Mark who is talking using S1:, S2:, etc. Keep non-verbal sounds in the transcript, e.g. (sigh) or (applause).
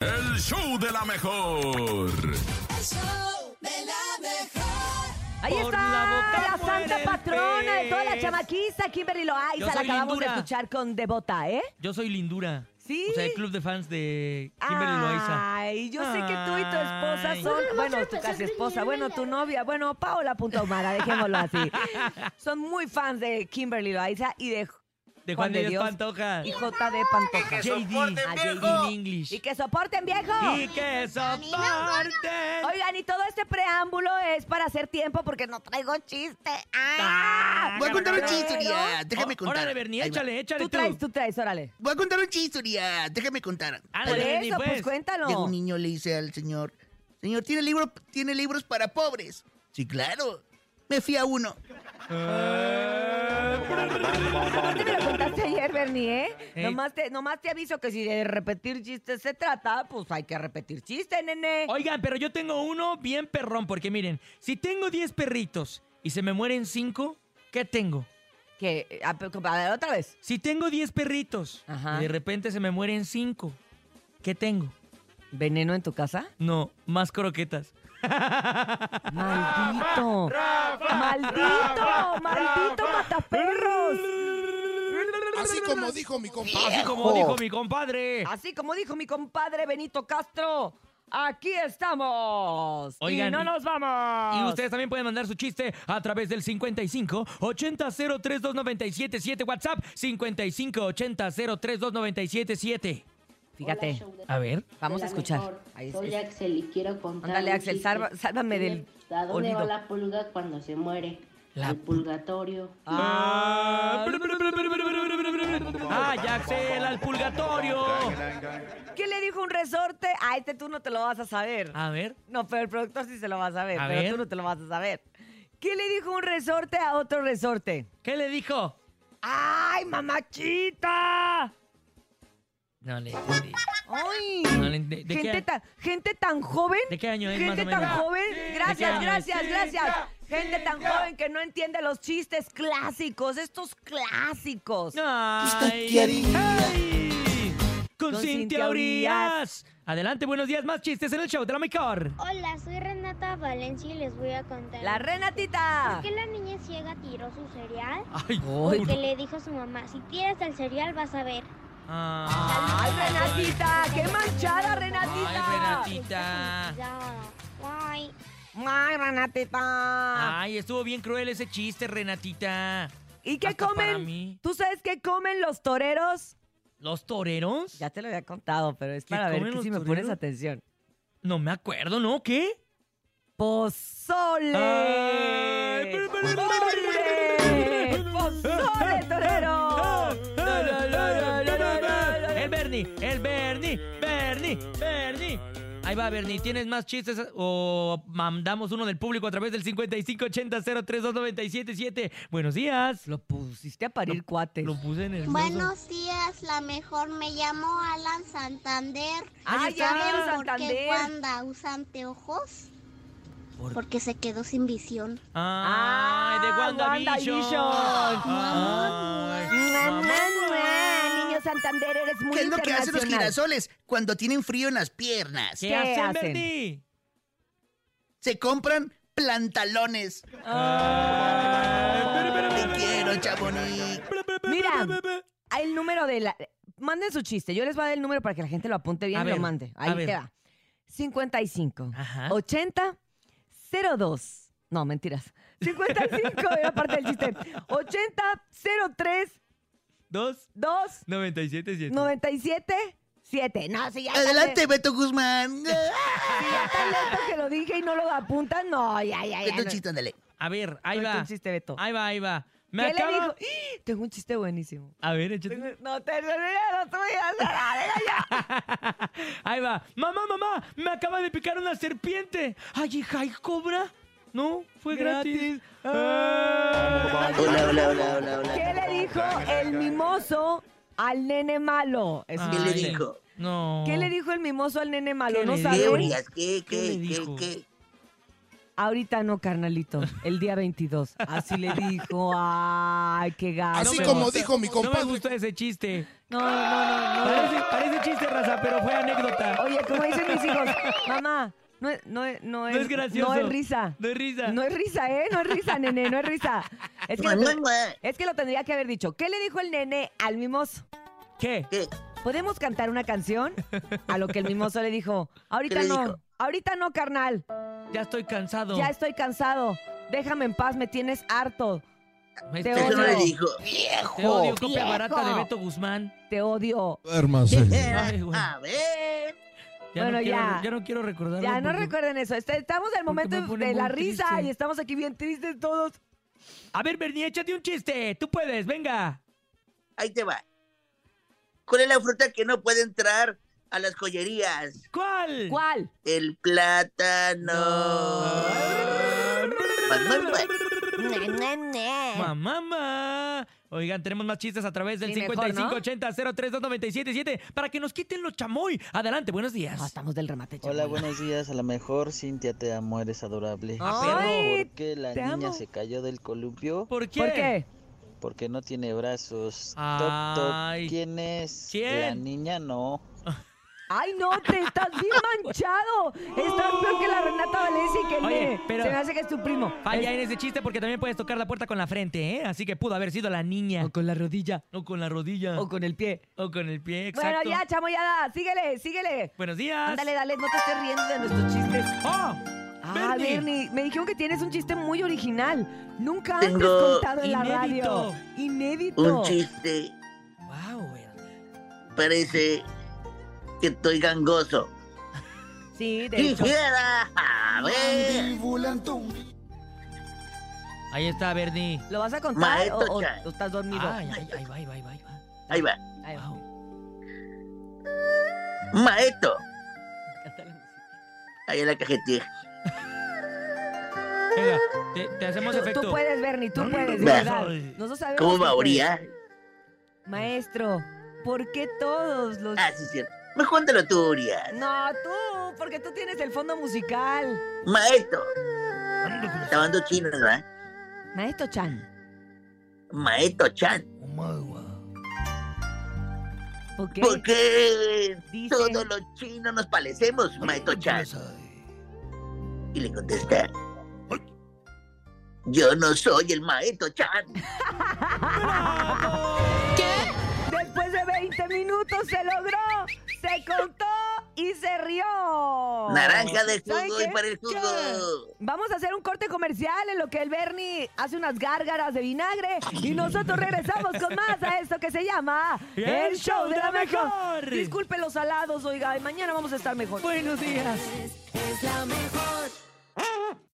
S1: el show de la mejor.
S2: El show de la mejor.
S3: Ahí
S4: Por
S3: está
S4: la
S3: la,
S4: boca muere
S3: santa
S4: el
S3: patrona de toda la
S4: pez.
S3: chamaquiza, Kimberly
S4: Yo
S3: Loaiza, la
S4: soy
S3: acabamos
S4: lindura.
S3: de escuchar con Devota,
S4: (laughs)
S3: ¿eh?
S4: Yo soy Lindura.
S3: Sí.
S4: O sea, el club de fans de Kimberly Loaiza.
S3: Ay, yo sé que tú y tu esposa
S4: Ay.
S3: son,
S5: Bueno,
S3: bueno,
S5: nosotros
S3: tu casi
S5: somos
S3: esposa, bueno, tu novia, bueno, Paola Punta Humara, dejémoslo así. Son muy fans de Kimberly Loaiza y de
S4: (laughs) De Juan de Dios Pantoja.
S3: y JD Pantoja.
S4: JD.
S3: A
S4: A
S3: JD.
S4: JD in English.
S3: Y que soporten, viejo.
S4: Y que soporten.
S3: Oigan, y todo este preámbulo es para hacer tiempo porque no traigo chiste. ¡Ah!
S4: Ah,
S6: Voy a contar un
S3: Pero-
S6: chiste, Uriah. Déjame
S4: Oh,
S6: contar.
S4: Órale, Bernie,
S6: Ahí va.
S4: échale, échale
S3: Tú traes, tú traes, órale.
S6: Voy a contar un chiste, Uriah. Déjame contar.
S3: Por
S4: Ándale, Bernie,
S3: eso, pues
S4: pues.
S3: cuéntalo.
S6: Llega un niño, le dice al señor, señor, ¿tiene, libro, ¿tiene libros para pobres? Sí, claro. Me fui a uno.
S3: Aparte me lo contaste ayer, Bernie, ¿eh?
S4: Ey.
S3: Nomás, te, nomás te aviso que si de repetir chistes se trata, pues hay que repetir chistes, nene.
S4: Oigan, pero yo tengo uno bien perrón, porque miren, si tengo 10 perritos y se me mueren 5, ¿qué tengo?
S3: Que, a, a ver, otra vez.
S4: Si tengo 10 perritos
S3: Ajá.
S4: y de repente se me mueren 5, ¿qué tengo?
S3: ¿Veneno en tu (laughs) casa?
S4: No, más croquetas.
S3: ¡Maldito! ¡Maldito! ¡Maldito mataperros!
S7: Así como dijo mi compadre.
S4: Así como dijo mi compadre.
S3: Así como dijo mi compadre Benito Castro, aquí estamos. y
S4: Oigan,
S3: no
S4: y-
S3: nos vamos.
S4: Y ustedes también pueden mandar su chiste a través del 55 80 03 7 WhatsApp 55 80 03 7
S3: Fíjate,
S5: Hola, show de-
S4: A ver.
S3: vamos a
S5: la
S3: escuchar.
S5: mejor.
S3: Ahí es-
S5: Soy
S3: es-
S5: Axel y quiero contar.
S3: Ándale,
S5: un
S3: Axel,
S5: chiste.
S3: salva- sálvame del
S5: ¿A dónde
S3: olvido.
S5: va la pulga cuando se muere?
S4: La
S5: Al
S4: pu-
S5: purgatorio.
S4: Ah, ¡Ay, Axel, al purgatorio!
S3: ¿Qué le dijo un resorte? A este tú no te lo vas a saber.
S4: A ver.
S3: No, pero el productor sí se lo va Ah. a saber,
S4: A
S3: pero
S4: ver.
S3: tú no te lo vas a saber. ¿Qué le dijo un resorte a otro resorte?
S4: ¿Qué le dijo?
S3: ¡Ay, mamachita!
S4: No le entendí.
S3: ¡Ay!
S4: No le ente- ¿de
S3: gente,
S4: qué-
S3: tan, gente tan joven.
S4: ¿De qué año es,
S3: Gente
S4: más o
S3: tan
S4: menos?
S3: joven. Gracias,
S4: año
S3: gracias,
S4: es?
S3: gracias. Gente tan joven que no entiende los chistes clásicos, estos clásicos.
S4: ¡Ay!
S7: qué haría?
S4: ay. Con,
S3: Con Cintia
S4: Cintia
S3: Urias.
S4: Urias. Adelante, buenos días, más chistes en el show de la mejor.
S8: Hola, soy Renata Valencia y les voy a contar.
S3: La Renatita.
S8: ¿Por qué la niña ciega tiró su cereal?
S4: Ay,
S8: Porque le dijo su mamá, si tiras el cereal vas a ver.
S4: Ah.
S3: Ay, Renatita, qué manchada, Renatita.
S4: Ay, Renatita.
S8: Bye.
S3: Pues Ay, Renatita.
S4: Ay, estuvo bien cruel ese chiste, Renatita.
S3: ¿Y qué
S4: hasta para
S3: comen?
S4: mí.
S3: ¿Tú sabes qué comen los toreros?
S4: ¿Los toreros?
S3: Ya te lo había contado, pero es
S4: ¿Qué
S3: para ver
S4: comen
S3: que
S4: los
S3: si me
S4: toreros?
S3: pones atención.
S4: No me acuerdo, ¿no? ¿Qué?
S3: ¡Pozole!
S4: Ay, pero, pero,
S3: ¡Pozole!
S4: pero,
S3: ¡Pozole, torero!
S4: El Bernie, el Bernie, Bernie, Bernie. Ahí va, Bernie. ¿Tienes más chistes o mandamos uno del público a través del 5580-032977? Buenos días.
S3: Lo pusiste a parir cuates.
S4: Lo puse en el.
S9: Buenos días, la mejor. Me llamo Alan Santander.
S3: ¡Ah, ya
S9: ¿Saben
S3: Alan
S9: por qué
S3: Santander.
S9: Wanda usa anteojos?
S4: ¿Por
S9: Porque se quedó sin visión.
S4: Ay, de
S3: Ah,
S4: WandaVision.
S3: WandaVision.
S4: Ay,
S3: Mamá,
S4: mamá.
S3: mamá, Niño Santander, eres muy
S6: ¿Qué es lo que hacen los
S3: internacional.
S6: girasoles cuando tienen frío en las piernas?
S4: ¿Qué,
S3: ¿Qué
S4: hacen,
S3: hacen?
S4: Bernie?
S6: Se compran plantalones. Te quiero, chabonic.
S3: Mira, el número de la... Manden su chiste. Yo les voy a dar el número para que la gente lo apunte bien
S4: A
S3: y lo
S4: ver,
S3: mande.
S4: a
S3: Ahí te
S4: ver.
S3: va. 55.
S4: Ajá.
S3: 80 02. No, mentiras.
S4: (laughs)
S3: 55 era parte del chiste. 80 03
S4: Dos,
S3: 2
S4: noventa y siete, siete.
S3: 97 7. No, si ya está
S6: Adelante,
S3: le-
S6: Beto Guzmán. Ah,
S3: si ya tan lento que lo dije y no lo apuntan. No, ya, ya, ya.
S6: Beto
S3: no.
S6: chiste, ándale.
S4: A ver, ahí
S3: Cuenta
S4: va.
S3: un chiste, Beto.
S4: Ahí va, ahí va. Me
S3: ¿Qué le
S4: acaba...
S3: dijo? ¡Ah! Tengo un chiste buenísimo.
S4: A ver, échate.
S3: Tengo- No, te lo no te voy a hacer.
S4: Ahí va. Mamá, mamá, me acaba de picar una serpiente. Ay, hija, ¿y cobra? No, fue gratis. Ah.
S6: Hola, hola, hola, hola, hola.
S3: ¿Qué le dijo el mimoso al nene malo? Es-
S6: ¿Qué le
S4: Ay,
S6: dijo?
S4: No.
S3: ¿Qué le dijo el mimoso al nene malo?
S4: Ah, ¿Qué
S3: No
S4: le
S6: ¿Qué,
S4: dijo?
S3: sabe.
S6: Urias? ¿Qué,
S4: ¿Qué le
S6: qué, qué,
S4: dijo?
S6: qué?
S3: Ahorita no, carnalito. El día 22. Así le dijo. Ay, qué gato.
S7: Así
S4: me
S7: como
S4: gusta.
S7: dijo mi
S4: No me
S7: compadre.
S4: gustó ese chiste.
S3: No, no, no, no.
S4: Parece, parece chiste, raza, pero fue anécdota.
S3: Oye, como dicen mis hijos, mamá, no, es- no, es- no, es,
S4: no es gracioso.
S3: No es risa.
S4: No es risa.
S3: No es risa, ¿eh? No es risa, nene, no es risa. Es que, lo, ten- es que lo tendría que haber dicho. ¿Qué le dijo el nene al mimoso?
S4: ¿Qué?
S3: ¿Podemos cantar una canción? A lo que el mimoso le dijo, ahorita
S6: le
S3: no,
S6: dijo?
S3: ahorita no, carnal,
S4: Ya estoy cansado.
S3: ya estoy cansado, déjame en paz, me tienes harto,
S4: Me
S3: te
S4: estoy-
S6: Eso Este, no
S3: odio.
S6: le dijo.
S4: Te odio,
S6: ¡Viejo!
S4: copia barata de
S3: viejo.
S4: Beto Guzmán.
S3: te odio.
S4: Ah,
S7: Duérmase.
S6: Era
S4: Ay, güey.
S6: a ver.
S4: Ya
S3: Bueno,
S4: no quiero,
S3: ya.
S4: no quiero recordarlo.
S3: Ya no
S4: porque-
S3: recuerden eso, este- estamos en el
S4: porque
S3: momento
S4: me pone
S3: de la
S4: muy
S3: risa
S4: triste.
S3: y estamos aquí bien tristes todos.
S4: A ver, Bernie, échate un chiste. Tú puedes, venga.
S6: Ahí te va. ¿Cuál es la fruta que no puede entrar a las joyerías?
S4: ¿Cuál?
S3: ¿Cuál?
S6: El plátano.
S4: Mamá, mamá. Oigan, tenemos más chistes a través del
S3: Sí, mejor, ¿no?
S4: 5580-032977 para que nos quiten los chamoy. Adelante, buenos días.
S3: No, Ah, estamos del remate.
S10: Hola,
S3: chamoy.
S10: buenos días. A lo mejor Cintia te amo, eres adorable.
S3: Ay,
S10: Porque la
S3: te
S10: niña
S3: amo.
S10: se cayó del columpio
S4: ¿Por qué?
S3: ¿Por qué?
S10: porque no tiene brazos. Toc,
S4: Ay.
S10: toc. ¿Quién es? La
S4: ¿Quién?
S10: niña no.
S3: Ay, no, te estás bien
S4: (laughs)
S3: manchado. Estás peor que la Renata Valencia y que el
S4: Oye,
S3: nene.
S4: pero-
S3: Se me hace que es tu primo.
S4: Falla en ese chiste porque también puedes tocar la puerta con la frente, ¿eh? Así que pudo haber sido la niña.
S3: O con la rodilla.
S4: O con la rodilla.
S3: O con el pie.
S4: O con el pie, exacto.
S3: Bueno, ya, chamoyada. Síguele, síguele.
S4: Buenos días.
S3: Ándale, dale, no te estés riendo de nuestros chistes.
S4: ¡Oh!
S3: Ah,
S4: Bernie.
S3: Bernie, me dijeron que tienes un chiste muy original. Nunca antes
S6: Tengo
S3: contado en la radio. Inédito.
S6: Un chiste.
S4: ¡Wow, Bernie!
S6: Parece que estoy gangoso.
S3: Sí, de hecho.
S6: Quisiera saber.
S4: Ahí está, Bernie.
S3: ¿Lo vas a contar o,
S6: Maestro
S3: o-
S6: Chan.
S3: o estás dormido?
S4: Ay, ay, ay, va, ahí va, ahí va, ahí va.
S6: Ahí va.
S3: Ay, va.
S4: Wow.
S6: Maestro. Ahí en la cajetilla.
S4: Venga, te, te hacemos
S3: Tú,
S4: efecto.
S3: tú puedes, Bernie, tú puedes, de
S6: Va.
S3: verdad. Nosotros sabemos
S6: ¿Cómo
S3: que
S6: va a
S3: puedes.
S6: orillar?
S3: Maestro, ¿por qué todos los...
S6: Ah, sí, cierto. Mejor cuéntalo tú, Urias.
S3: No, tú, porque tú tienes el fondo musical.
S6: Maestro. Estaban dos chinos, ¿verdad?
S3: Maestro Chan,
S6: Maestro Chan.
S3: ¿por qué?
S6: ¿Por qué
S3: Dice-
S6: todos los chinos nos parecemos, Maestro Chan? Y le contesta. Yo no soy el Maestro Chan.
S3: Después de 20 minutos se logró, se contó y se rió.
S6: Naranja de
S3: ¿Saben
S6: jugo y
S3: qué?
S6: para el
S3: Ya.
S6: jugo.
S3: Vamos a hacer un corte comercial en lo que el Bernie hace unas gárgaras de vinagre y nosotros regresamos con más a esto que se llama El Show de la Mejor. Disculpen los salados, oiga, y mañana vamos a estar mejor.
S4: Buenos días.
S2: Es la mejor.